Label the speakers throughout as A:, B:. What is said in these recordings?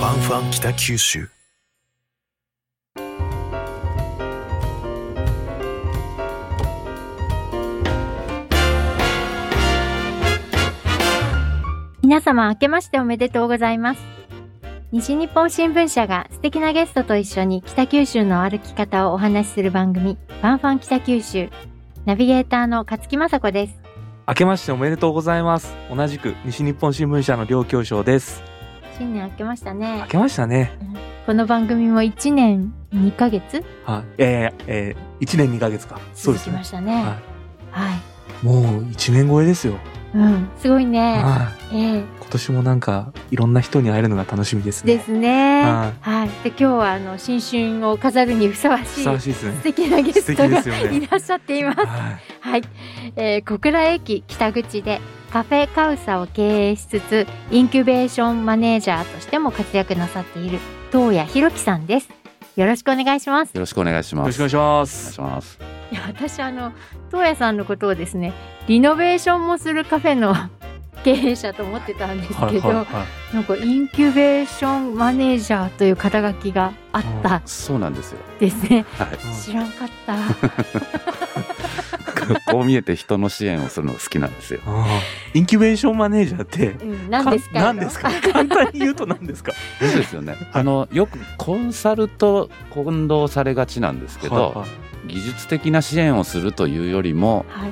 A: 北九州
B: 皆様明けましておめでとうございます。西日本新聞社が素敵なゲストと一緒に北九州の歩き方をお話しする番組、ファンファン北九州。ナビゲーターの勝木雅子です。
C: 明けましておめでとうございます。同じく西日本新聞社の両教章です。
B: 新年明けましたね
C: 明。けましたね。
B: この番組も1年2ヶ月
C: はい。えー、えー、1年2ヶ月か。そう
B: 続
C: です
B: きま
C: ね。
B: したね。
C: は
B: はい、
C: もう1年超えですよ。
B: うん。すごいね。
C: はい。
B: ええ
C: 今年もなんか、いろんな人に会えるのが楽しみですね。
B: ですね。
C: は
B: はい。で、今日はあの、新春を飾るにふさわし
C: ふ
B: い
C: さわ
B: 素
C: しいですね。
B: 敵なゲストが
C: 素敵ですよね
B: いらっしゃっています。
C: は
B: はい、えー小倉駅北口でカフェカウサを経営しつつインキュベーションマネージャーとしても活躍なさっている東谷弘樹さんですよろしくお願いします
D: よろしくお願いし
C: い。よ
D: ま
C: ろし
D: す。
C: くお願いし
D: お
C: ま
D: 願い
C: す
D: し。ます。
B: いや私あの東谷さんのことをですねリノベーションもするカフェの 経営者と思ってたんですけど、
C: はいはいは
B: なんかインキュベーションマネージャーという肩書きがあった
D: そうなんですよ。
B: ですね、
D: はい。
C: い。
B: 知らんかった
D: こう見えて人の支援をするのが好きなん ですよ。
C: あーインキュベーションマネージャーって、
B: うん何です か
C: 何 ですか簡単に言うと何ですか
D: そうですよね。あのよくコンサルと混同されがちなんですけど、
C: はいはい
D: 技術的な支援をするというよりも、
B: はい、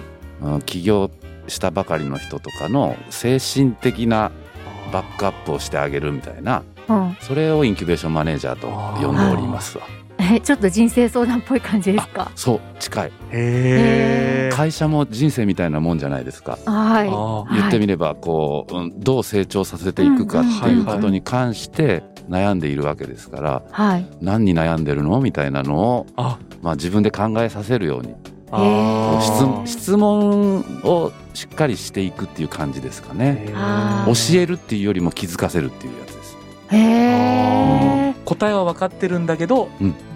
D: うん起業したばかりの人とかの精神的なバックアップをしてあげるみたいな、
B: うん
D: それをインキュベーションマネージャーと呼んでおりますわ。
B: えちょっと人生相談っぽい感じですか
D: そう近い。
C: へー。
D: 会社も人生みたいなもんじゃないですか。
B: はい。
C: あ
B: はい
D: 言ってみればこう、うんどう成長させていくかっていうことに関して悩んでいるわけですから
B: はい。
D: 何に悩んでるのみたいなのを、
C: あ
D: まあ、自分で考えさせるように
C: ーあ
D: 質
C: ー。
B: へー
D: 質問をしっかりしていくっていう感じですかね
C: へー
B: あ
D: 教
B: ー
D: えるっていうよりも気づかせるっていうやつです
B: へえ。
C: 答えは分かってるんだけど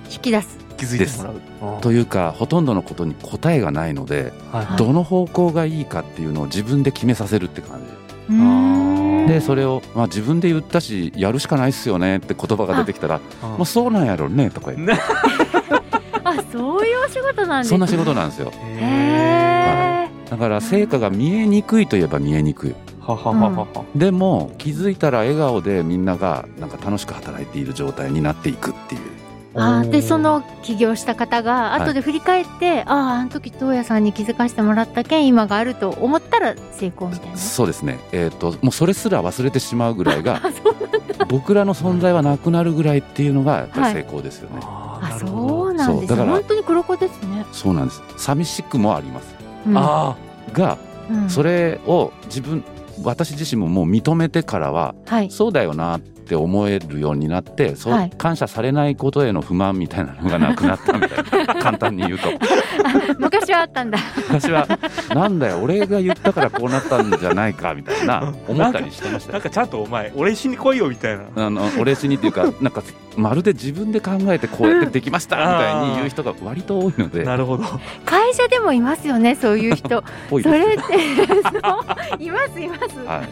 B: 引き出す。
C: 気づいてもらう。あー
D: というかほとんどのことに答えがないので
C: はい
B: い
D: どの方向がいいかっていうのを自分で決めさせるって感じ
B: うーん
D: でそれを、まあ、自分で言ったしやるしかないっすよねって言葉が出てきたら「もうそうなんやろね」とか言って
B: あ、そういうお仕事なんです
D: そ
B: ね
D: んな仕事なんです
B: へ
D: よ
C: へー
B: え。
D: だから成果が見えにくいといえば見えにくい
C: ははははは。
D: でも気づいたら笑顔でみんながなんか楽しく働いている状態になっていくっていう
B: あーでそ
C: は
B: の起業した方が
D: い
B: 後で振り返って、あああの時東谷さんに気づかせてもらった件今があると思ったら成功みたいな。
D: そうですねえっ、ともうそれすら忘れてしまうぐらいが
B: あそう
D: 僕らの存在はなくなるぐらいっていうのがやっぱ
B: はい
D: り成功ですよね、
C: あー
B: あ
C: なるほ
B: そう
C: ど
B: なん
D: そ
B: です
D: うだから
B: 本当に黒子ですね。
D: そうなんです寂しくもあります
B: うん
C: あ
D: が
B: うん
D: それを自分私自身ももう認めてからは
B: はい
D: そうだよなって思えるようになってそう、
B: はい
D: 感謝されないことへの不満みたいなのがなくなったみたいな簡単に 言うと
B: あ昔はあったん だ。
D: 昔はなんだよ俺が言ったからこうなったんじゃないかみたいな思ったりしてまし
C: ー
D: た
C: なん
D: よ
C: かちゃんとお前俺しに来いよみたいな
D: あのお礼しにっていうかなんかまるで自分で考えてこうやってできました
C: うん
D: みたいに言う人が割と多いので
C: なるほど
B: 会社でもいますよねそういう 人。
D: 多い
B: そ
D: です
B: れっ
D: ね
B: て そういますいます。
D: はい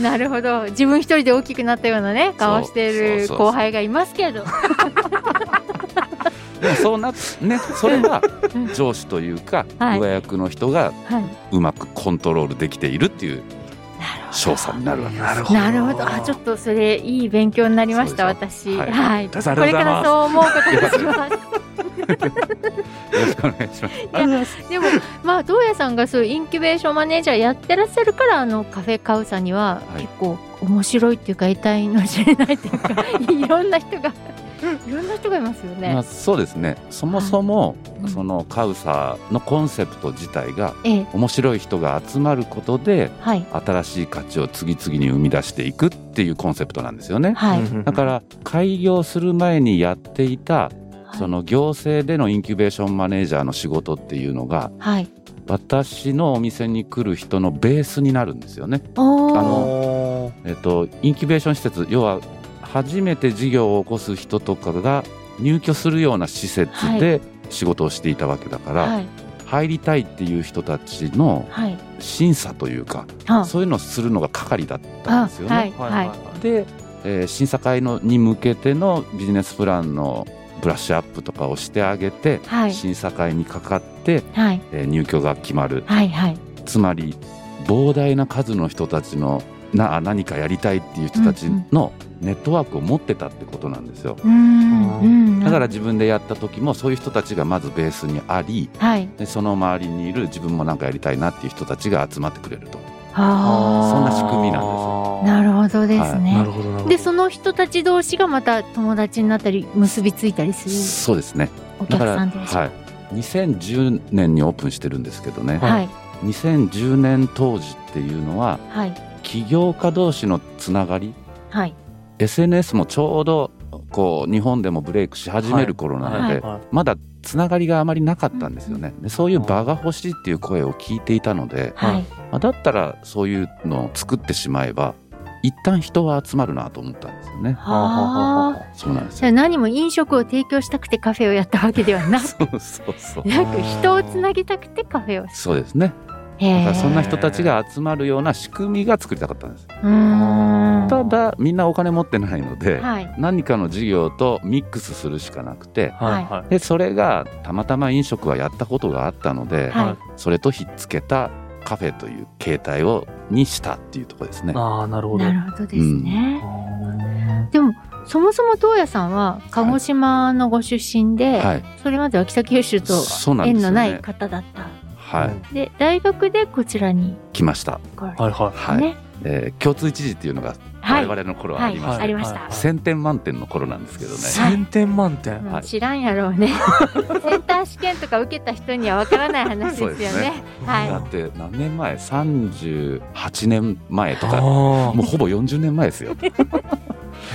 B: なるほど自分一人で大きくなったようなね顔している
D: そうそうそうそう
B: 後輩がいますけど
D: でもそうなねそれは
B: うん
D: 上司というか
B: はい
D: 上役の人が
B: はいう
D: まくコントロールできているっていう賞賛になるわけです。
B: なるほどあちょっとそれいい勉強になりました
D: そう
B: 私は、
D: はいい
C: 田さん
B: こ
C: あり
B: れ
C: が
B: か
C: とうございます
B: らそう思うことにします
D: よろしくお願いします。
C: ありがとうござい ます
B: でもまあ東谷さんがそういうインキュベーションマネージャーやってらっしゃるからあのカフェカウさんには
D: はい
B: 結構面白いっていうか得体の知れないって いうかいろんな人がいろんな人がいますよね、
D: まあそうですね。そもそも
B: うん
D: そのカウサーのコンセプト自体が
B: ええ
D: 面白い人が集まることで
B: はい
D: 新しい価値を次々に生み出していくっていうコンセプトなんですよね。
B: はい、
D: だから開業する前にやっていたその行政でのインキュベーションマネージャーの仕事っていうのが
B: はい
D: 私のお店に来る人のベースになるんですよね。
B: おー
D: あのえっと、インキュベーション施設要は初めて事業を起こす人とかが入居するような施設で仕事をしていたわけだから、
B: はい
D: 入りたいっていう人たちの
B: はい
D: 審査というか
B: あ
D: そういうのをするのが係だったんですよね。
B: はいはい
D: でえー審査会のに向けてのビジネスプランのブラッシュアップとかをしてあげて、
B: はい
D: 審査会にかかって、
B: はい
D: えー入居が決まる
B: はいはい
D: つまり膨大な数の人たちのなあ何かやりたいっていう人たちのネットワークを持ってたってことなんですよ。
B: うーんうん
D: だから自分でやった時もそういう人たちがまずベースにあり
B: はい
D: でその周りにいる自分も何かやりたいなっていう人たちが集まってくれると
B: あー
D: そんな仕組みなんです
C: よ
B: なるほどですね、
C: なるほどなるほど
B: でその人たち同士がまた友達になったり結びついたりする
D: そうですね
B: お客
D: だから、
B: さ
D: は
B: ん同士
D: い、2010年にオープンしてるんですけどね、
B: はい
D: 2010年当時っていうのは
B: はい
D: 起業家同士のつながり
B: はい
D: SNS もちょうどこう日本でもブレイクし始める頃なので、
B: はい
C: はい
D: まだつながりがあまりなかったんですよね、でそういう場が欲しいっていう声を聞いていたので、
B: はい
D: まあだったらそういうのを作ってしまえば一旦人は集まるなと思ったんですよね。
C: はあはあはあ
B: はあ
C: は
D: そうなんです
B: それ
D: よ。
B: 何も飲食を提供したくてカフェをやったわけではなく
D: そうそうそう。
B: なく人をつなぎたくてカフェを
D: そうですね。だ
B: へ
D: から
B: え
D: そんな人たちが集まるような仕組みが作りたかったんです。
B: うーん
D: ただみんなお金持ってないので、
B: はい
D: 何かの事業とミックスするしかなくて、
C: あはいはい
D: でそれがたまたま飲食はやったことがあったので、
B: はい
D: それとひっつけたカフェという形態をにしたっていうところですね。
C: ああなるほど
B: なるほどですね、
C: あ
B: でもそもそも東谷さんは鹿児島のご出身で、
D: はい。
B: それまでは北九州と
D: そうなんで
B: 縁
D: す
B: の
D: よ
B: ない
D: ね。
B: 方だった
C: ー
D: はい。
B: で,、大学でこちらに
D: 来ました。
B: 来られた
C: はいは
D: はい。
B: ね
D: えー共通一時っていうのが
B: は
D: 我
B: い、
D: 々の頃はあ
B: は
D: り
B: い、
D: ました、
B: ありました、
C: はい
D: 1000点満点の頃なんですけど
C: い
D: ね。
C: 千点満点
B: もう
D: はい
B: 知らんやろうね センター試験とか受けた人にはわからない話ですよ
D: そう
B: ね
D: ですね
B: はい
D: だって何年前 ?38 年前とか、
C: あ
D: もうほぼ40年前ですよ。
C: あ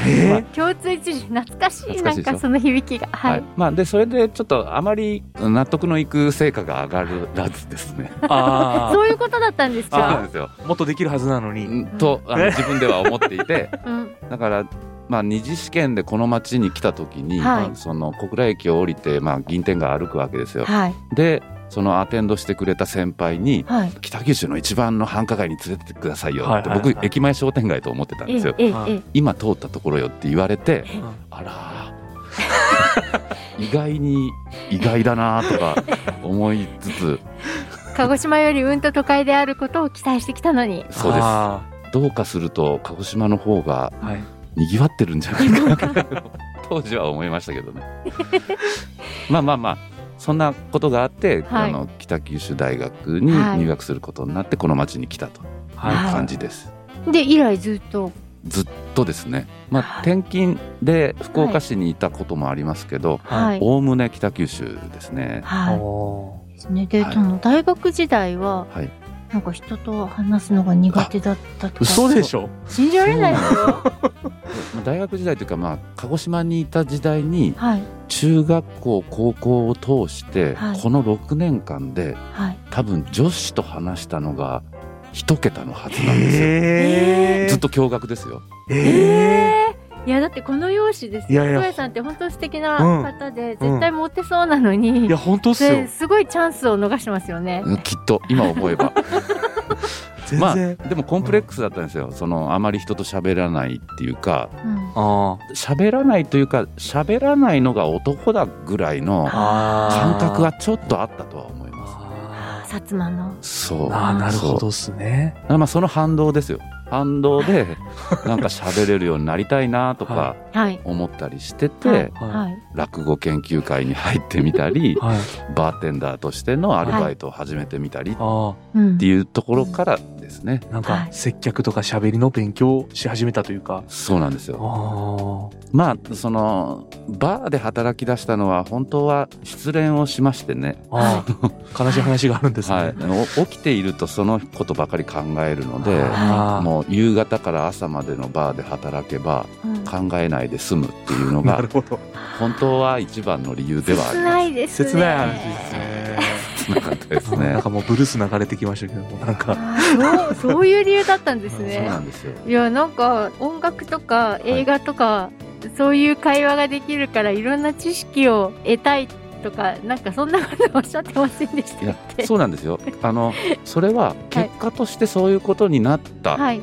C: へえ
B: 共通一時懐かしい
D: 懐
B: な
D: かしい
B: ん
D: でしょ
B: かその響きがはい、
D: まあ、で、それでちょっとあまり納得のいく成果が上がるらずですね。
C: あ
B: そういうことだったんです
D: そうな
B: か
D: んですよ。
C: あもっとできるはずなのに
D: うんと、あの
C: え
D: 自分では思っていて、
B: うん
D: だから、まあ、二次試験でこの町に来た時に、
B: はい
D: その小倉駅を降りて、まあ、銀天が歩くわけですよ。
B: はい
D: で、そのアテンドしてくれた先輩に、
B: はい
D: 北九州の一番の繁華街に連れてってくださいよ
C: はい
D: って、
C: はいはい
D: 僕駅前商店街と思ってたん
B: え
D: です
B: え
D: よ
B: ええ
C: は
B: え
C: い
B: え
D: 今通ったところよって言われて
C: ん
D: あらー 意外に意外だなとか思いつつ
B: 鹿児島よりうんと都会であることを期待してきたのに
D: そうです
C: あ
D: どうかすると鹿児島の方が
C: あはい
D: にぎわってるんじゃないかな当時は思いましたけ どねまあまあまあそんなことがあって、
B: はい
D: あの北九州大学に入学することになってこの町に来たという
B: はい
D: 感じです。
B: で以来ずっと
D: ずっとですね、まあ、
B: はい
D: 転勤で福岡市にいたこともありますけど、
B: はい
D: おおむね北九州ですね。
B: はい、
C: おー
B: ですねで
D: はい
B: その大学時代は
D: はい、
B: なんか人と話すのが苦手だったとか
C: 嘘でしょ
B: 信じられないですよ
D: まあ大学時代というか、まあ、鹿児島にいた時代に
B: はい
D: 中学校高校を通して、
B: はい
D: この6年間で
B: はい
D: 多分女子と話したのが一桁のはずなんですよ。
C: へえ
D: ずっと驚愕ですよ。
C: ええ
B: いやだってこの容姿です
C: い
B: よ。
C: やいや
B: トヤさんって本当素敵な方で、絶対モテそうなのに、
C: いや本当っすよ
B: ですごいチャンスを逃してますよね。
D: きっと今思えば
C: 全
D: まあ
C: 然
D: でもコンプレックスだったんですよそのあまり人と喋らないっていうか
B: うん
C: あ
D: 喋らないというか喋らないのが男だぐらいの
C: あ
D: 感覚
C: あ
D: はちょっとあったとは思いま
C: あ
B: 薩摩の。
D: す。そう。
C: ーあーなるほどっすね
D: そう。まあその反動ですよ。反動でなんか喋れるようになりたいなと
C: は
D: か
B: はい。
D: 思ったりして
B: は
D: て
B: い、
C: は
B: はい。
D: 落語研究会に入ってみたり
C: い、はい
D: バーテンダーとしてのアルバイトを始めてみたりっ
C: あ
B: うん
D: て。いうところからですね。
C: あなん
B: は
C: か
B: い
C: 接客とか喋りの勉強をし始めたというか
D: そうなんですよ。
C: あ
D: まあそのバーで働き出したのは本当は失恋をしましてね、
C: あああ悲しい話があるんですね、
D: はい、お起きているとそのことばかり考えるので
C: あー
D: もう夕方から朝までのバーで働けば
B: うん
D: 考えないで済むっていうの
C: な
D: が
C: るほど
D: 本当は一番の理由ではあり
B: 切ない
D: ま
B: ですね。
C: 切ない話ですね
D: す。なかったです
C: なん
D: ね。
C: かもうブルース流れてきましたけどもなんか
B: あーそうそういう理由だったんです
D: そう
B: ね
D: な。んですよ。
B: いやなんか音楽とか映画とか、そういう会話ができるからいろんな知識を得たいとかなんかそんなことおっしゃってませんでし
D: い
B: たっ
D: や
B: て。
D: そうなんですよ。あのそれは結果としてそういうことになった、
B: はい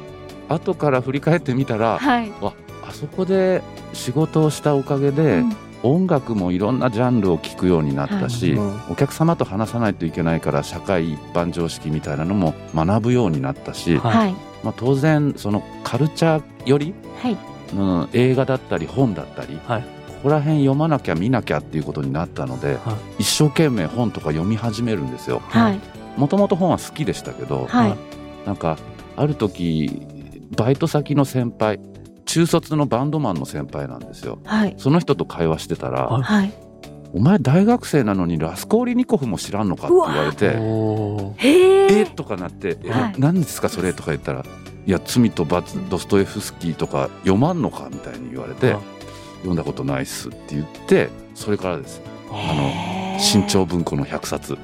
D: 後から振り返ってみたら、
B: はい。
D: わああそこで仕事をしたおかげで、
B: うん
D: 音楽もいろんなジャンルを聴くようになったし、
C: うん
D: お客様と話さないといけないから社会一般常識みたいなのも学ぶようになったし、
C: はい
B: はい。
D: まあ、当然そのカルチャーより、
B: はい。
D: うん、映画だったり本だったり、
C: はい
D: ここら辺読まなきゃ見なきゃっていうことになったので、
C: は
D: 一生懸命本とか読み始めるんですよ。
B: はい。
D: もともと本は好きでしたけど、
B: はい。
D: なんかある時バイト先の先輩中卒のバンドマンの先輩なんですよ。
B: はい。
D: その人と会話してたら、
C: はい
B: はい。
D: お前大学生なのにラスコーリニコフも知らんのかって言われて、
C: おー
B: へ
D: え
B: え
D: っ。とかなって、え
B: はい
D: 何ですかそれとか言ったら、いや、罪と罰、ドストエフスキーとか読まんのかみたいに言われて
C: はい、
D: 読んだことないっすって言って、それからです。あの、
B: へー
D: 新潮文庫の100冊、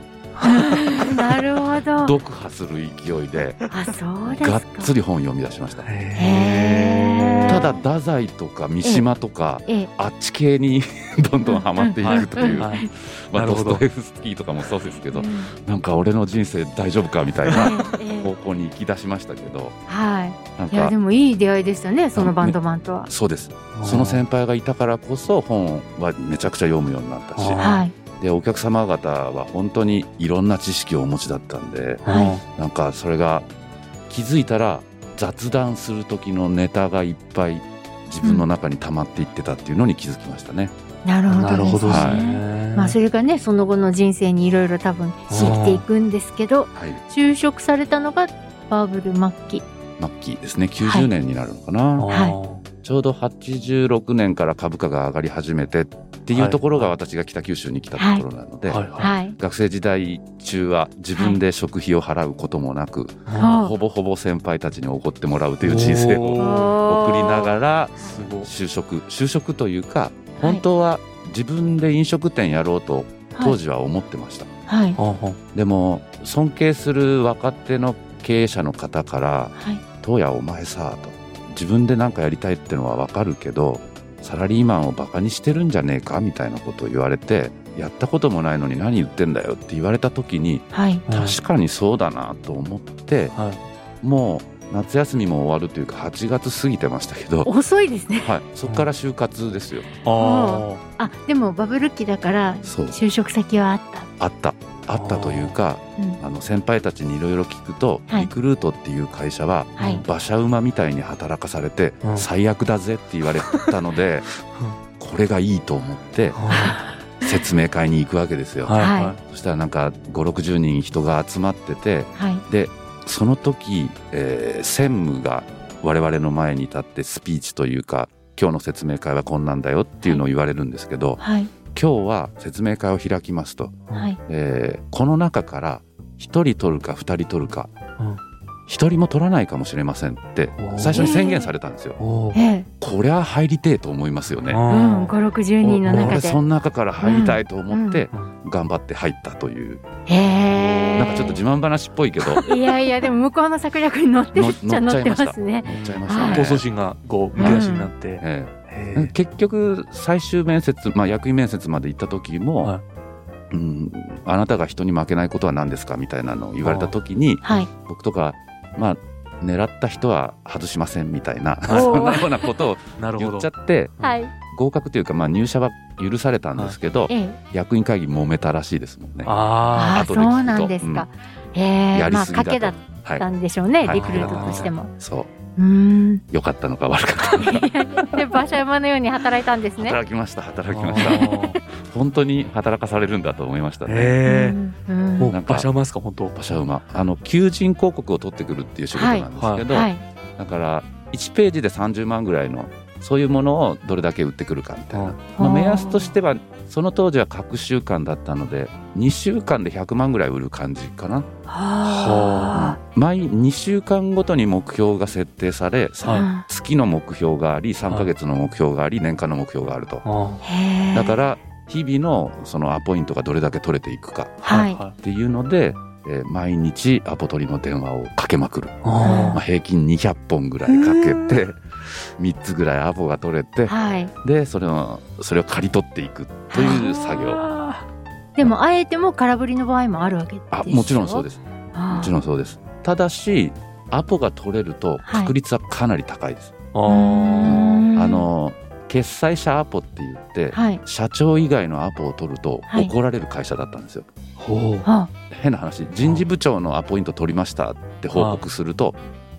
B: なるほど。
D: 読破する勢 いで、
B: あ、そうですか。
D: がっつり本読み出しました。
B: へー
D: ただ、太宰とか三島とか、
B: ええ、
D: あっち系に どんどんハマっていくという、
C: はい
D: まあ、
C: なる
D: ド
C: ほ
D: ス
C: ど
D: トエフスキーとかもそうですけ
B: う
D: ど
B: ん、
D: なんか俺の人生大丈夫かみたいな。
B: えええ
D: 方向に行き出しましたけど
B: えはい。
D: なん
B: いや、
D: か
B: でもいい出会いでしたね、そのバンドマンとは。
D: そうですその先輩がいたからこそ本はめちゃくちゃ読むようになったし
C: あ
B: はい。
D: でお客様方は本当にいろんな知識をお持ちだったんで
B: は
D: なんかそれが気づいたら雑談する時のネタがいっぱい自分の中に溜まっていってたっていうのに気づきましたね。
B: なるほどですね。
C: なるほどです
D: は
C: ね。
B: まあ、それがね、その後の人生にいろいろ多分生きていくんですけど、
D: はい、
B: 就職されたのがバブル末期。
D: マッキーですね90年になるのかな、
B: は
D: ちょうど86年から株価が上がり始めてっていうところが私が北九州に来たところなので、
C: はいは
B: はい。
D: 学生時代中は自分で食費を払うこともなく、
C: い。
B: はあ
D: ほぼほぼ先輩たちにおごってもらうという人生を送りながら
C: すごい。
D: 就職就職というか本当は自分で飲食店やろうと当時は思ってました、
B: はい。はい。
C: はあは
D: でも尊敬する若手の経営者の方から
B: はい。
D: 「東野お前さ」と自分で何かやりたいってのは分かるけどサラリーマンをバカにしてるんじゃねえかみたいなことを言われてやったこともないのに何言ってんだよって言われた時に
B: はい。
C: あ
D: 確かにそうだなと思って、
C: はい
D: もう夏休みも終わるというか8月過ぎてましたけど、
B: 遅いですね。
D: はい、そこから就活ですよ、
C: あ
B: あ、でもバブル期だから
D: そう
B: 就職先はあった。
D: あったあったというか
B: うん。
D: あの先輩たちにいろいろ聞くと、
B: はい
D: リクルートっていう会社は
B: はい。
D: 馬車馬みたいに働かされて
C: うん
D: 最悪だぜって言われた ので、これがいいと思って
C: あ。は
D: 説明会に行くわけです
C: い
D: よ、
C: は
D: そしたらなんか560人人が集まってて
B: はい。
D: でその時、えー専務が我々の前に立ってスピーチというか今日の説明会はこんなんだよっていうのを言われるんですけど、
B: はい。
D: 今日は説明会を開きますと、
B: はい。
D: えーこの中から1人取るか2人取るか、
C: うん
D: 1人も取らないかもしれませんって最初に宣言されたんですよ
C: い。。おー
B: ええ。
D: こりゃ入りてえと思いますよね。
C: あ
B: うん。
C: ー
B: 5、60人の
D: 俺
B: 中で
D: そ。の中から入りたいと思って
C: うん
D: 頑張って入ったという、
B: へえ。
D: なんかちょっと自慢話っぽいけど乗っ
B: いやいや、でも向こうの策略に乗ってるっちゃ
D: の
B: 乗
D: 乗っちゃ
B: っ
D: い
B: て
D: ました
B: ますね。
D: ちゃいましたね。
C: 闘争心がこうむき出しになって。
D: ええ
C: へ
D: うん
C: ー
D: 結局最終面接、まあ、役員面接まで行った時も、
C: はい
D: うん、あなたが人に負けないことは何ですかみたいなのを言われた時に
B: はい。
D: 僕とか、まあ、狙った人は外しませんみたいな
B: おー
D: そんなようなことを
C: なるほ
D: 言
C: ど。
D: っちゃって
B: はい。
D: 合格というか、まあ、入社は許されたんですけど、
B: ええ。
D: 役員会議揉めたらしいですもんね。
C: あ
B: あ
C: あ。
B: あ、そ
D: 後で聞くと
B: うなんですか。え
D: や
B: え、
D: り
B: まあ、
D: すぎだ
B: 賭
D: と、
B: けだっ
D: はい
B: たんでしょうね、
D: はい
B: リクルートとしても。
D: そう
B: ーん。
D: う良かったのか悪かったのか、
B: で、馬車馬のように働いたんですね。
D: 働きまし た働きました
C: た。
D: 本当に働かされるんだと思いましたね。
C: へえ。
B: うん
C: も
B: うん
D: な
C: うん
D: か
C: 馬車馬ですか本当。
D: 馬車馬あの求人広告を取ってくるっていう仕事なんですけど、
B: はい。
D: だから1ページで30万ぐらいのそういうものをどれだけ売ってくるかみたいな、まあ、目安としてはその当時は各週間だったので2週間で100万ぐらい売る感じかな、
B: は
D: 毎2週間ごとに目標が設定され
B: あ。
C: はい
B: うん
D: 月の目標があり3ヶ月の目標があり年間の目標があると
C: あ
B: へえ。
D: だから日々のそのアポイントがどれだけ取れていくか
C: あ。
B: はい。
D: っていうので、えー毎日アポ取りの電話をかけまくる。
C: あ
D: まあ、平均200本ぐらいかけて3つぐらいアポが取れて
B: はい。
D: でそれをそれを刈り取っていくという作業
C: あ
B: でも、あえても空振りの場合もあるわけでしょ
D: あもちろんそうですも
B: す。も
D: ちろんそうですただしアポが取れると
B: はい
D: 確率はかなり高いです、
C: あ。
D: ああの決済者アポって言って、
B: はい。
D: 社長以外のアポを取ると
B: はい
D: 怒られる会社だったんですよ、
C: ほ
B: は
D: 変な話人事部長のアポイント取りましたって報告すると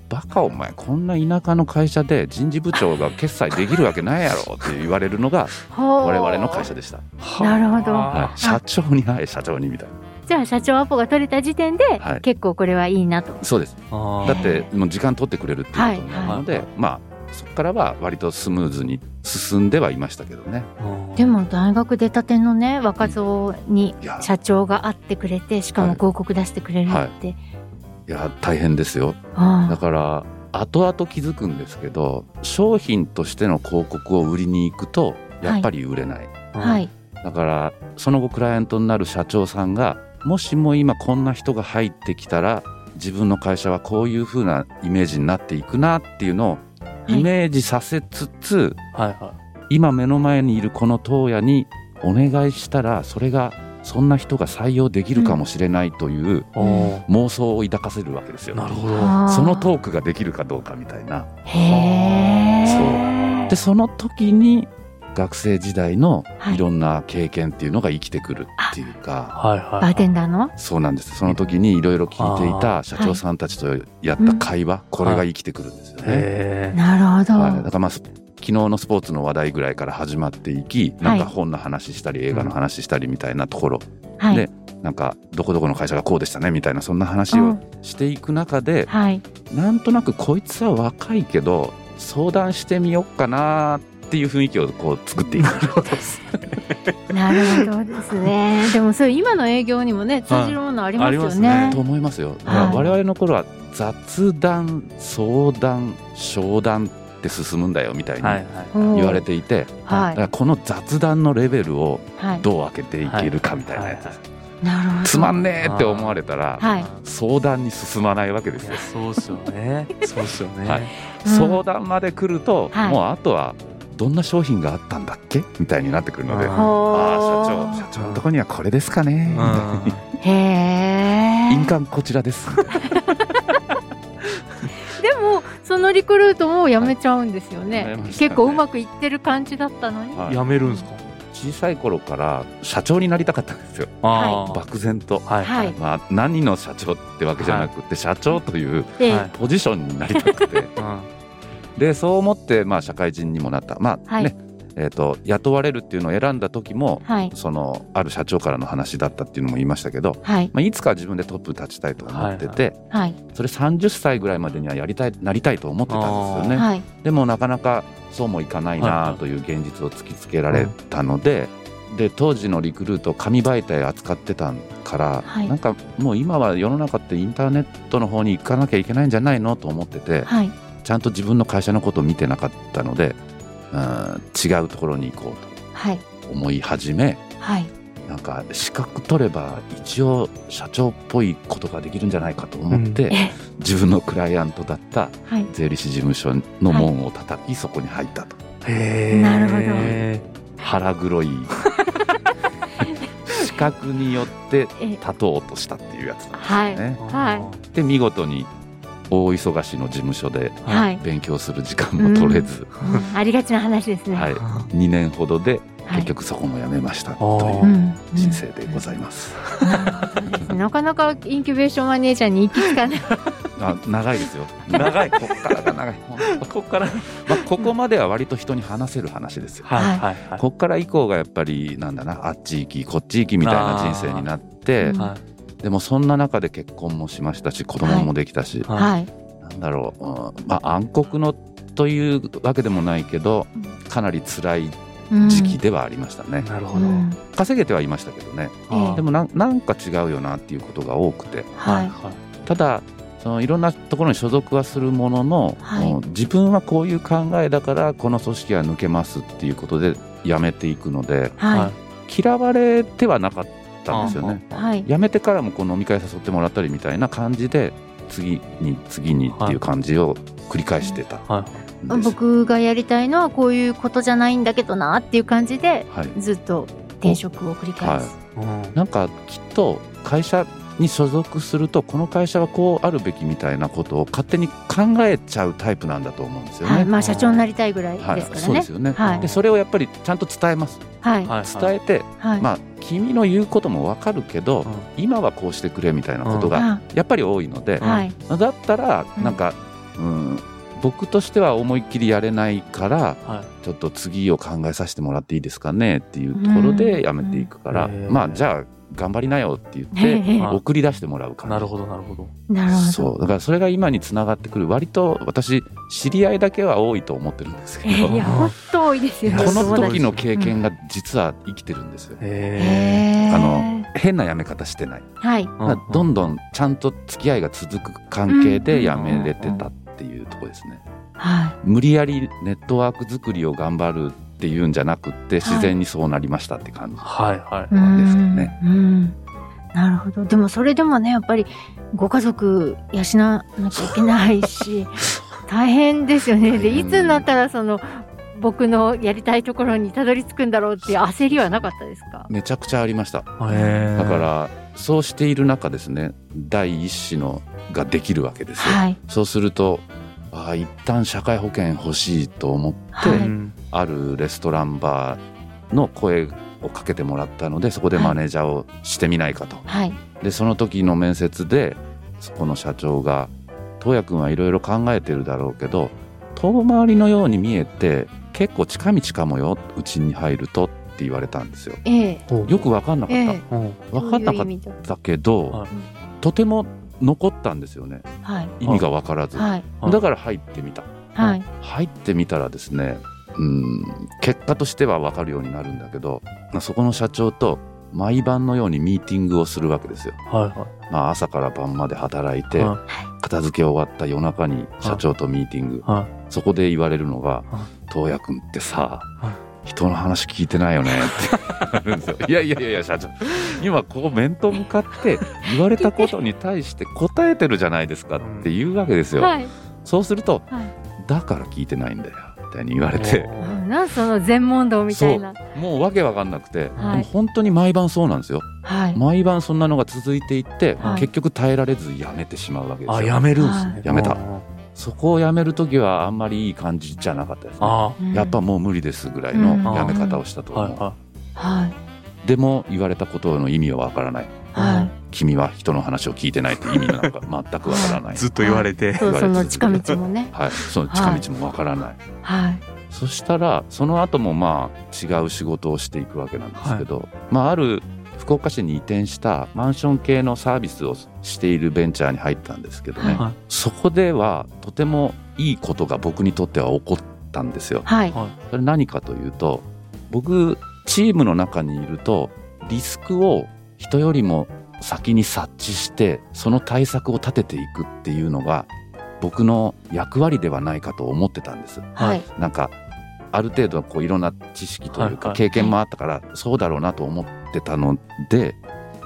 D: バカお前こんな田舎の会社で人事部長が決済できるわけないやろって言われるの が
B: あ、ほう
D: 我々の会。社でした、
C: う
B: なるほど
D: は、
C: はい
D: 社長にはい社長にみたい
B: じゃあ社長アポが取れた時点で、
D: はい
B: 結構これはいいなと。
D: なそうです
C: あー
D: だってもう時間取ってくれるっていうことになるので、
C: はいはい
D: まあそこからは割とスムーズに進んではいましたけどね
C: うん
B: でも大学出たてのね若造に
D: いや
B: 社長が会ってくれてしかも広告出してくれるって、
D: いや大変ですよ
B: ああ
D: だから後々気づくんですけど商品としての広告を売りに行くとやっぱり売れない、
B: はい、
D: だからその後クライアントになる社長さんがもしも今こんな人が入ってきたら自分の会社はこういう風なイメージになっていくなっていうのを
B: い
D: イメージさせつつ、
C: はいは
D: 今目の前にいるこの当屋にお願いしたらそれがそんな人が採用できるかもしれないという
C: いお
D: 妄想を抱かせるわけです
C: ー
D: よ。
C: なるほど
B: ああ
D: そのトークができるかどうかみたいな。
B: へえ
D: でその時に学生時代の
B: はい
D: いろんな経験っていうのが生きてくるっていうか、
C: はいはい
B: バーテンダーの
D: そうなんですその時にいろいろ聞いていた社長さんたちとやった会話、これが生きてくるんですよね。
C: へえ
B: なるほど、
D: はい、だからまあす昨日のスポーツの話題ぐらいから始まっていきなんか本の話したり映画の話したりみたいなところ、
B: はい、
D: でなんかどこどこの会社がこうでしたねみたいなそんな話
B: う
D: を
B: ん
D: していく中で、
B: はい、
D: なんとなくこいつは若いけど相談してみよっかなっていう雰囲気をこう作っていく。
B: なるほどです ねでもそれ今の営業にもね通じるものありますよね,、
C: ありま
D: と思いますよ。だから
B: はい
D: 我々の頃は雑談、相談、商談って進むんだよみたいに
C: はい
D: 言
C: はい
B: うん
D: われていて、
B: は
D: だ
B: い
D: からこの雑談のレベルを
B: はい
D: どう上げていけるかみたいなやつです。
B: なるほど
D: つまんねえって思われたら、
B: はい
D: 相談に進まないわけです
C: い
D: よ
C: や。そうっすよねそうっすよね
D: は
C: はいい
B: うん
D: 相談まで来ると、
B: はい
D: もうあとはどんな商品があったんだっけみたいになってくるので、
C: うん
D: ああ
B: ほー
D: ー社長社長のとこにはこれですかね、みたいな
B: へえ
D: 印鑑こちらです
B: でもそのリクルートもやめちゃうんですよね,、
D: やめましたね
B: 結構うまくいってる感じだったのに、
D: はい
C: やめるんですか
D: 小さい頃から社長になりたかったんですよ
C: あー
D: 漠然と、
C: はい
B: はい
D: まあ、何の社長ってわけじゃなくて、社長という
B: で、
C: はい
D: ポジションになりた くて
C: うん
D: でそう思って、まあ、社会人にもなったまあ、
B: はい
D: ねえー、と雇われるっていうのを選んだ時も
B: はい
D: そのある社長からの話だったっていうのも言いましたけど、
B: はい
D: まあ、いつか自分でトップに立ちたいと思ってて、
B: はい
D: それ30歳ぐらいまでにはやりたいなりたいと思ってたんですよね、
B: はい
D: でもなかなかそうもいかない
C: はい
D: な
C: はい
D: という現実を突きつけられたので,、で当時のリクルート紙媒体扱ってたから、
B: はい
D: なんかもう今は世の中ってインターネットの方に行かなきゃいけないんじゃないのと思ってて
B: はい
D: ちゃんと自分の会社のことを見てなかったので、うん、違うところに行こう
B: はい
D: と思い始め
B: はい
D: なんか資格取れば一応社長っぽいことができるんじゃないかと思って、
B: うんえ
D: 自分のクライアントだった
B: はい
D: 税理士事務所の門を叩き、そこに入ったと
C: へえ
B: なるほど
D: 腹 黒い資格によって
B: え
D: 立とうとしたっていうやつ
B: はい
D: ですね。
B: は
D: で見事に大忙しの事務所で
B: はい、
D: 勉強する時間も取れず、
B: うんありがちな話ですね
D: はいい、2年ほどで
B: はい
D: 結局そこも辞めました
C: おー
D: と
B: う
D: いうん人生でござ います。
B: うんなかなかインキュベーションマネージャーに行き着かない
D: あ長いですよ
C: 長い
D: ここからが長い、本当
C: ここから
D: まあ、ここまでは割と人に話せる話ですよ。
C: はいはいはい
D: こっから以降がやっぱりなんだなあっち行きこっち行きみたいな人生になって
B: あ
C: はい
D: でもそんな中で結婚もしましたし子供もできたし、
B: はい
D: なんだろう、うんまあ、暗黒のというわけでもないけど
B: うん
D: かなり辛い
B: うん
D: 時期ではありましたね、
C: なる
B: う
C: ほど
B: ん
D: 稼げてはいましたけどね
C: あー
D: でもなんなんか違うよなっていうことが多くて
B: は
C: は
B: い
C: い
D: ただそのいろんなところに所属はするものの、
B: はい
D: うん自分はこういう考えだからこの組織は抜けますっていうことで辞めていくので
B: は
D: 嫌われてはなかったんですよね。
B: いはい
D: 辞めてからもこう飲み会誘ってもらったりみたいな感じで次に次にっていう感じを繰り返してた
C: はい
D: んです。
B: 僕がやりたいのはこういうことじゃないんだけどなっていう感じで
D: はい、
B: ずっと転職を繰り返す
C: うん
D: なんかきっと会社に所属するとこの会社はこうあるべきみたいなことを勝手に考えちゃうタイプなんだと思うんですよ
B: はい、
D: ね。
B: まあ社長になりたいぐらいですから
D: そうで
B: ね
D: す。よね、
B: はい
D: でそれをやっぱりちゃんと伝えます
B: はい、
C: はい
D: 伝えて、
B: はい、
D: まあ、君の言うことも分かるけ
C: う
D: ど、
C: ん
D: 今はこうしてくれみたいなことが
B: あ
D: やっぱり多いので、
B: はい、
D: だったら
B: うん
D: なんか、うん、僕としては思いっきりやれないから
C: はい
D: ちょっと次を考えさせてもらっていいですかねっていうところ
B: うん
D: でやめていくから、
C: うん
D: まあじゃあ頑張りなよって言
B: え
D: って
B: え
C: まあ
D: 送り出してもらうから。
C: なるほどなるほど
B: なるほど。
D: そうだからそれが今につながってくる割と私知り合いだけは多いと思ってるんですけ
B: え
D: ど
B: ーいや、
D: こ
B: 本当多いですよね。
C: こ
D: の
B: そうだ
D: 時の経験が実は生きてるんですよ。
C: へ
B: へー
D: あの変な辞め方してない、
B: はい、
C: え
D: まあどんどんちゃんと付き合いが続く関係で辞めれてたっていうところですね。
B: は
D: 無理やりネットワーク作りを頑張るっていうんじゃなくって自然にそうなりましたって感じ、
C: はいはい
B: い。
D: ですかね
B: うん。うんなるほど。でも、それでもね、やっぱりご家族養わなきゃいけない し。大変ですよね。で、いつになったら、その。僕のやりたいところにたどり着くんだろうっていう焦りはなかったですか。
D: めちゃくちゃありましただ
C: へえ
D: からそうしている中ですね第一子のができるわけですよ、
B: はい。
D: そうするとああ一旦社会保険欲しいと思って、
B: は
C: う
B: い。
C: ん
D: あるレストランバーの声をかけてもらったのでそこでマネージャーをしてみないかと、
B: はい。
D: でその時の面接でそこの社長が「東也君はいろいろ考えてるだろうけど遠回りのように見えて結構近道かもようちに入ると」って言われたんですよ。
B: ええ。
C: ほう
D: よく分かんなかっ
B: え
D: た、
B: え。
C: うん
D: 分かんな
B: ど
D: か
B: う
D: っ
B: いう意味だ
D: たけど、
C: はい
D: とても残ったんですよね
B: はい。
D: 意味が分からず、
B: はい。
C: はい
D: だから入ってみた
B: はい。
D: 入ってみたらですねうん結果としては分かるようになるんだけどまあそこの社長と毎晩のようにミーティングをするわけですよ
C: はいはい
D: まあ、朝から晩まで働いて、
C: は
D: 片付け終わった夜中に社長とミーティング、
C: は
D: そこで言われるのが
C: は
D: 「東也君ってさ、
C: は
D: 人の話聞いてないよね」って言われるんですよ。いやいやいやいや社長今こう面と向かって言われたことに対して答えてるじゃないですかって言うわけですよ。
B: はい。
D: そうすると
B: はい
D: 「だから聞いてないんだよ」みたいに言われ
C: い
D: て
C: おー
B: なんその全問答みたいな。
D: もうわけわかんなくて、
B: はい
D: でも本当に毎晩そうなんですよ。
B: はい。
D: 毎晩そんなのが続いていって、
B: はい
D: 結局耐えられずやめてしまうわけですよ。
C: あやめるんですね
D: やめた
C: うん
D: そこを辞めるときはあんまりいい感じじゃなかったです、ね。
C: あ
B: うん
D: やっぱもう無理ですぐらいうの
B: ん
D: 辞め方をしたと
C: あ
D: 思う、
C: はいは
B: はい。
D: でも言われたことの意味はわからない。
B: は
D: 君は人の話を聞いてないって意味なんか全くわからない
C: い。ずっと言われて
B: い。そう、
D: 言われて
B: その
D: 続
B: 近
D: ける
B: 道もね。
D: はい、その近道もわからない。
B: はい。
D: そしたらその後もまあ違う仕事をしていくわけなんですけど、まあある福岡市に移転したマンション系のサービスをしているベンチャーに入ったんですけどね、
C: はい
D: そこではとてもいいことが僕にとっては起こったんですよ。
B: はい。
D: それ何かというと僕チームの中にいるとリスクを人よりも先に察知してその対策を立てていくっていうのが僕の役割ではないかと思ってたんです。
B: はい。
D: なんかある程度こういろんな知識というか
C: はい
D: 経験もあったからそうだろうなと思ってたので、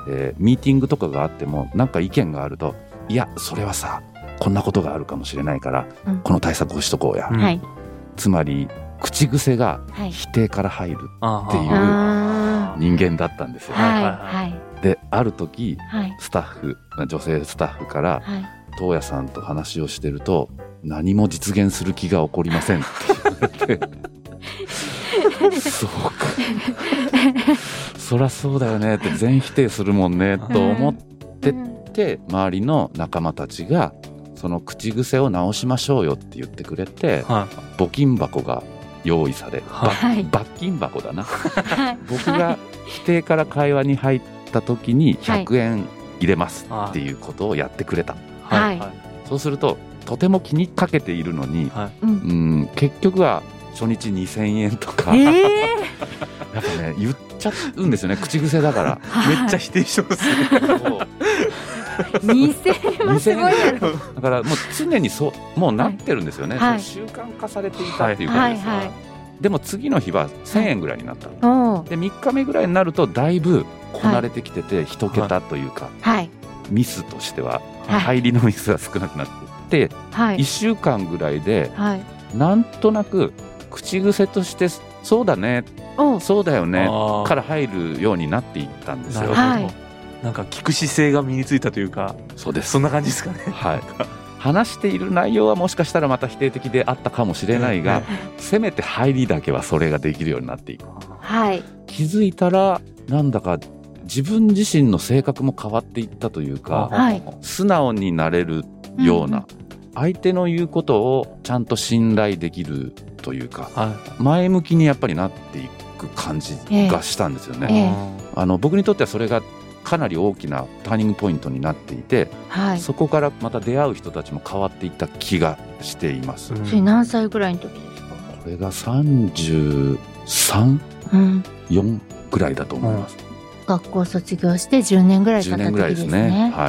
D: えーミーティングとかがあってもなんか意見があるといやそれはさこんなことがあるかもしれないから
B: うん
D: この対策をしとこうや、
C: うん
B: はい。
D: つまり口癖が
B: はい。
D: 否定から入る
C: あ
D: っていう
B: あ
D: 人間だったんですよ。
B: ーはい。
C: は
B: はい。
D: である時
B: はい。
D: スタッフ女性スタッフから
B: はい。
D: 東野さんと話をしてると何も実現する気が起こりませんっ て言われてそうかそりゃそうだよねって全否定するもんねと思っで
B: うん
D: て周りの仲間たちがその口癖を直しましょうよって言ってくれて
C: は
D: 募金箱が用意されば
B: はい。
D: 罰金箱だな
B: はい。
D: 僕が否定から会話に入った時に
B: はい
D: 100円入れますっていうことをやってくれた、
C: い
B: はい
D: そうするととても気にかけているのに
B: うん
D: うん結局は初日2000円とか、やっ
B: ええ。
D: ぱね言っちゃうんですよね口癖だから
C: めっちゃ否定しますね
B: 二千円はすごいやろ。
D: だからもう常にそうもうなってるんですよね、
B: はい
D: それ習慣化されていたっていう感じです、
B: はいは
D: でも次の日は1000円ぐらいになった、
B: おお。
D: で3日目ぐらいになるとだいぶこなれてきてて一桁というか、
B: はい。
D: ミスとしては
B: はい。
D: 入りのミスが少なくなっていって、
B: は
D: 1
B: い。
D: 週間ぐらいで
B: はい。
D: なんとなく口癖としてそうだね
B: おお。
D: そうだよね
C: あー
D: から入るようになっていったんです
C: なる
D: よ
C: ほど
B: はい
C: なんか聞く姿勢が身についたというか
D: そうです
C: そんな感じですかね。
D: はい、話している内容はもしかしたらまた否定的であったかもしれないが、せめて入りだけはそれができるようになっていく
B: はい。
D: 気づいたらなんだか自分自身の性格も変わっていったというか
B: はい
D: 素直になれるような、相手の言うことをちゃんと信頼できるというか
C: は
D: 前向きにやっぱりなっていく感じがしたんですよね。
B: ええ
D: あの僕にとってはそれがかなり大きなターニングポイントになっていて、
B: うん。はい。
D: そこからまた出会う人たちも変わっていった気がしています。こ
B: それ何歳ぐらいの時ですか
D: れが334
B: うん。
D: ぐらいだと思います。
B: 学校卒業して10年ぐらい経
D: 10
B: った時
D: 年ぐらい
B: で
D: ですす
B: ね。
D: ね。は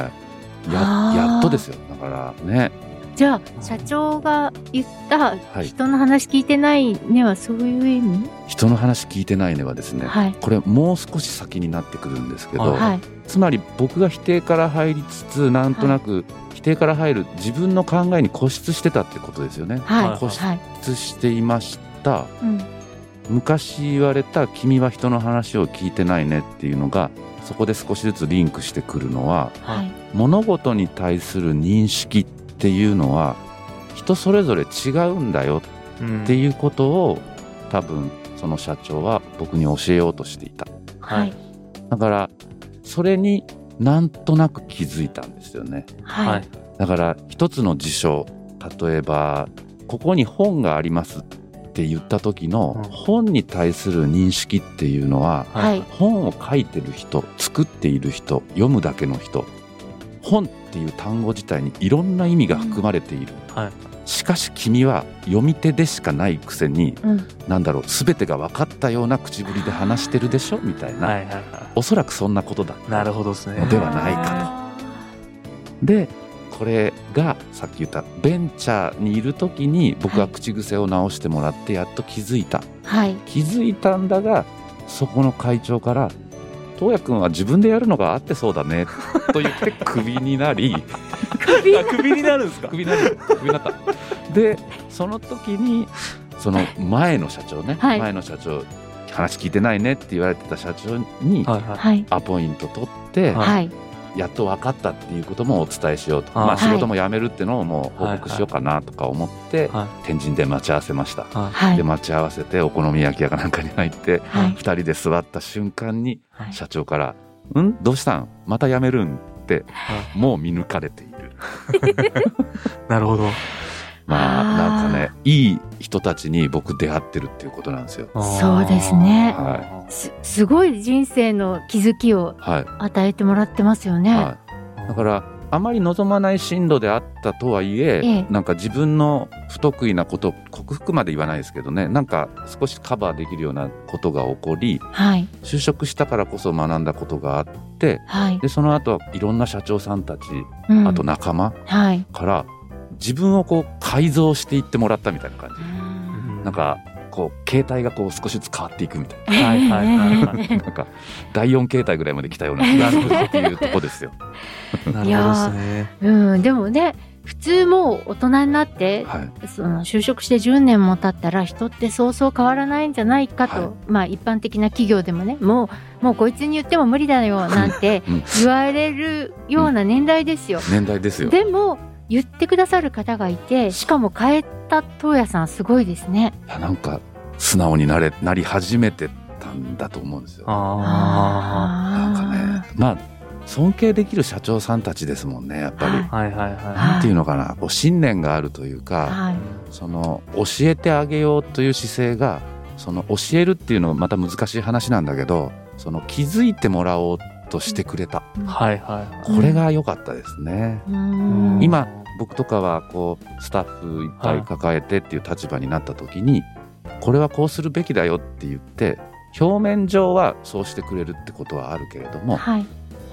D: い。や
B: あー
D: やっとですよ。だからね、
B: じゃあ、社長が言った
D: い
B: 人の話聞いてないねはそういう意味、
D: 人の話聞いてないねはですね、
B: はい。
D: これもう少し先になってくるんですけど、
C: はい
B: はい。
D: つまり僕が否定から入りつつなんとなく否定から入る自分の考えに固執してたってことですよね。
B: はい。
C: こうし
B: はい。
D: 固執していました
B: うん。
D: 昔言われた「君は人の話を聞いてないね」っていうのがそこで少しずつリンクしてくるのは
B: はい。
D: 物事に対する認識っていうのは人それぞれ違うんだよ
C: うん
D: っていうことを多分その社長は僕に教えようとしていた
B: は
C: はいい。
D: だからそれになんとなく気づいたんですよね
B: は
C: はいい。
D: だから一つの事象例えばここに本がありますって言った時の
C: うん
D: 本に対する認識っていうのは
B: はい。
D: 本を書いてる人作っている人読むだけの人本っていう単語自体にいろんな意味が含まれている、
C: はい
D: しかし君は読み手でしかないくせに
B: うん。
D: 何だろう全てが分かったような口ぶりで話してるでしょみたいな、
C: はいはいは
D: おそらくそんなことだ
C: い。なるほどですね。
D: ではないかとでこれがさっき言ったベンチャーにいる時に僕は口癖を直してもらってやっと気づいた、
B: と。はい。
D: 気づいたんだがそこの会長から「東也君は自分でやるのが合ってそうだね」と言ってクビにな り
C: あクビになるんですか
D: ク。ビになるクビになったでその時にその前の社長ね、
B: はい
D: 前の社長話聞いてないねって言われてた社長に
C: はいは
B: はい。
D: アポイント取っ
C: は
D: て、
C: い
B: はい。
D: やっと分かったっていうこともお伝えしようと
C: あ
D: まあ、
C: はい
D: 仕事も辞めるってのをもう報告しようかなとか思って、
C: い。はい
D: 天神で待ち合わせました、
C: は
B: は
D: で
B: い。
D: 待ち合わせてお好み焼き屋かなんかに入って
B: はい
D: 2。人で座った瞬間に
B: はい
D: 社長から「んどうしたんまた辞めるん?」って
C: は
D: もう見抜かれている
C: い。なるほど。
D: まあ
B: あー
D: なんかねいい人たちに僕出会ってるっていうことなんですよ
B: そうですね
D: は
B: すすごい人生の気づきを
D: はい、
B: 与えてもらってますよね。
D: はい
C: い
D: だからあまり望まない進路であったとはいえ、
B: ええ
D: なんか自分の不得意なこと克服まで言わないですけどねなんか少しカバーできるようなことが起こり
B: はい。
D: 就職したからこそ学んだことがあって
B: はい。
D: でその後はいろんな社長さんたち
B: うん
D: あと仲間
B: はい。
D: から自分をこう改造していってもらったみたいな感じ
C: うん
D: なんかこう携帯がこう少しずつ変わっていくみたい
C: はいはいは
D: ななんか第4形態ぐらいまで来たような気がするっていうとこですよ。
C: い。なるほどですね。
B: うん、でもね、普通もう大人になって、
D: はい
B: その就職して10年も経ったら人ってそうそう変わらないんじゃないかと、
D: はい
B: まあ一般的な企業でもね、もう、もうこいつに言っても無理だよなんて
D: うん
B: 言われるような年代ですよ。
D: 年代ですよ
B: でも、言ってくださる方がいて、しかも変えた東野さんすごいですね。
D: いやなんか素直になれなり始めてたんだと思うんですよ。
C: あ
D: なんかねまあ尊敬できる社長さんたちですもんねやっぱり。
B: はい
C: あ。はいはいは
D: なんていうのかなこう信念があるという
B: あー
D: か
B: はい。
D: その教えてあげようという姿勢がその教えるっていうのはまた難しい話なんだけどその気づいてもらおうとしてくれた
C: い。はいは
D: これが良かったですね。
B: うーん
C: い。
D: 今僕とかはこうスタッフいっぱい抱えてっていう立場になった時に、これはこうするべきだよって言って表面上はそうしてくれるってことはあるけれども
B: はい。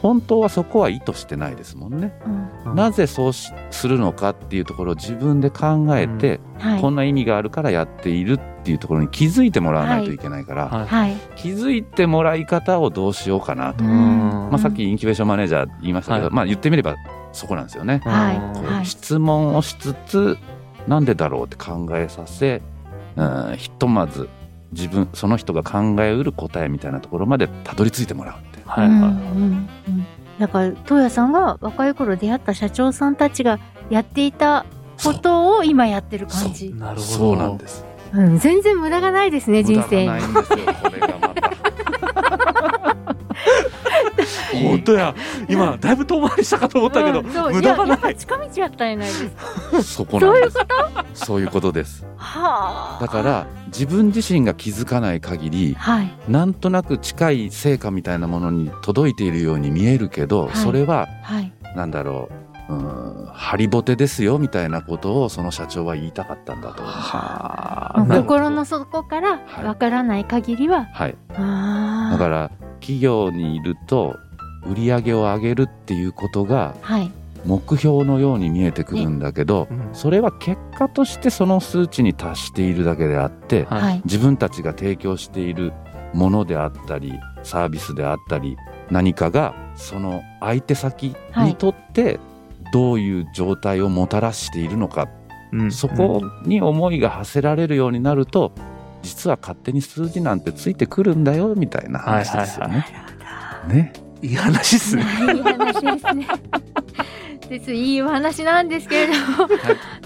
D: 本当はそこは意図してないですもんね。
B: うん
C: うん
D: なぜそうしするのかっていうところを自分で考えて、
B: はい。
D: こんな意味があるからやっているっていうところに気づいてもらわないといけないから、
C: はい。
B: はい。
D: 気づいてもらい方をどうしようかなと、
C: ん
D: まあ、さっきインキュベーションマネージャー言いましたけど、
C: はい
D: まあ言ってみればそこなんですよね。
B: はい
C: うん
B: はい
D: 質問をしつつなんでだろうって考えさせ、うん、ひとまず自分その人が考えうる答えみたいなところまでたどり着いてもらうって
C: はい
B: うん
C: は
B: うんうんだから東谷さんが若い頃出会った社長さんたちがやっていたことを今やってる感じ。
C: なるほど。
D: そうなんです
B: うん、全然無駄がないですね人生
D: 無駄
B: に。
D: がないんですよこれがま たいい
C: 本当や。今、だいぶ遠回りしたかと思ったけど、
B: うんそう
C: 無駄が
B: や
C: な
B: やっ
C: い。
B: ぱ近道やったんやないですか。
D: そこなんですそういうことです
B: はあ。
D: だから自分自身が気づかない限り
B: はい
D: なんとなく近い成果みたいなものに届いているように見えるけど、
B: はい
D: それは
B: はい。
D: なんだろううーんハリボテですよみたいなことをその社長は言いたかったんだと思う
C: は
B: もう
C: なるほど
B: 心の底から
D: はい
B: わからない限りは、
D: はい、
B: ああ
D: だから企業にいると売り上げを上げるっていうことが
B: はい
D: 目標のように見えてくるんだけど、
C: うん
D: それは結果としてその数値に達しているだけであって、
C: はい
B: はい
D: 自分たちが提供しているものであったりサービスであったり何かがその相手先にとってどういう状態をもたらしているのか、
C: うん
D: そこに思いが馳せられるようになると実は勝手に数字なんてついてくるんだよみたいな話ですよね。ね
C: いい話っすね。
B: いい話ですね。ですいいお話なんですけれども、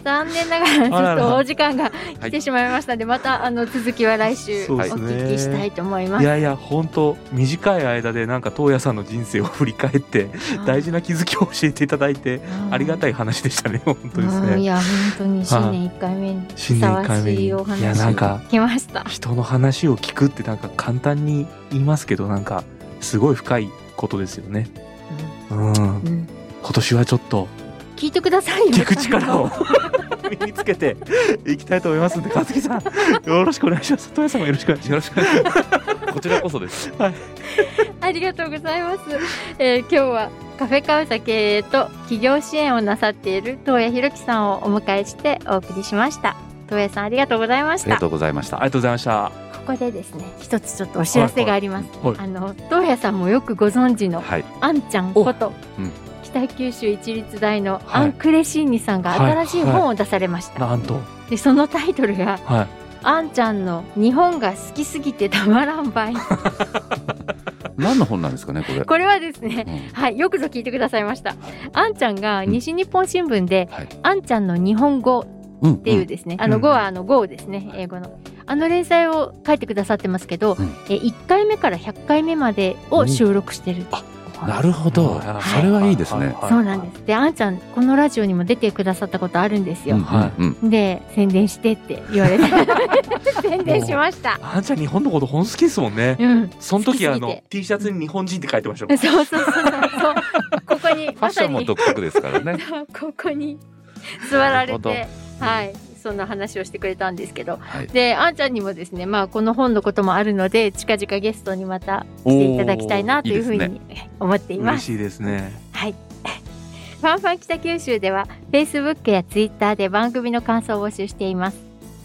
B: 残念ながらちょ
C: あら
B: っと
C: ら
B: お時間が
D: は
B: 来
D: い
B: てしまいましたので、またあの続きは来週
C: そ
B: お
C: うですね
B: 聞きしたいと思いま
C: い
B: す。
C: やいや、本当短い間でなんか東野さんの人生を振り返って、大事な気づきを教えていただいて、ありがた
B: い
C: い話でしたね、本当です
B: い
C: ね。
B: や本当に新年一回目にふ
C: 新
B: さ
C: 年
B: わ
C: 一回目
B: し
C: に。い
B: いお話
C: や、なんか、
B: 来ました。
C: 人の話を聞くってなんか簡単に言いますけど、なんか、すごい深いことですよね。うん。今
B: うんうん
C: 年はちょっと、
B: 聞いてくださいよ。
C: 聞く力 を身につけていきたいと思いますんで、和樹さん、よろしくお願いします。豊さんもよろしくお願いします。
D: こちらこそです。
B: ありがとうございます。 えー今日はカフェカウサ経営と企業支援をなさっている東谷弘樹さんをお迎えしてお送りしました。東谷さんありがとうございま
D: あ
B: し
D: りが
B: た。
D: と
B: こ
D: うございまし
C: あ
D: た。
C: りがとうございました。
B: こでですね、一つちょっとお知らせがあります。
C: はい
B: あの東谷さんもよくご存知の
D: はい、
B: あんちゃんこと、
D: うん
B: 北九州一律大の
C: はい
B: アンクレシーニさんが
C: はい
B: 新しい本を出されました。
C: なんと、
B: でそのタイトルが
C: はい。
B: あんちゃんの日本が好きすぎてたまらんばい。
D: 何の本なんですかね、これ。
B: これはですね。
D: うん
B: はい、よくぞ聞いてくださいました。あんちゃんが西日本新聞で、
D: はい
B: あんちゃんの日本語っ
D: うん
B: ていうですね、あ
C: う
B: の
C: ん
B: 語はあの語ですね、英語の。あの連載を書いてくださってますけど、
D: うん
B: え1回目から100回目までを収録してる。
D: うんなるほど、それはいいですね。
B: そうなんです。で、あんちゃん、このラジオにも出てくださったことあるんです
D: うん
B: よ。
D: はいうん
B: で、宣伝してって言われ て、宣伝しました。
C: あんちゃん日本のこと本好きですもんね。
B: うん。
C: その時あ
B: 好きすぎ
C: の
B: て
C: T シャツに日本人って書いてました
B: そ
C: も
B: うそうそうそう。そうここに、
D: ファッションも独特ですからね。
B: ここに座られ
D: なる
B: て、はい、そんな話をしてくれたんですけど、
D: はい
B: で、あんちゃんにもですね、まあ、この本のこともあるので、近々ゲストにまた来ていただきたいなというふう
D: おーい
B: に思ってい
C: ん。
B: ま
C: 嬉
B: す。
C: しいですね。
B: はい。ファンファン北九州では、Facebook や Twitter で番組の感想を募集しています。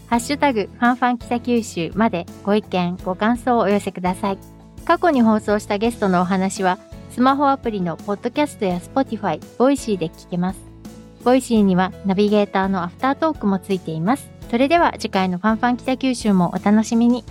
B: ハッシュタグ、ファンファン北九州までご意見、ご感想をお寄せください。過去に放送したゲストのお話は、スマホアプリのポッドキャストや Spotify、ボイシーで聞けます。ボイシーにはナビゲーターのアフタートークもついています。それでは次回のファンファン北九州もお楽しみに。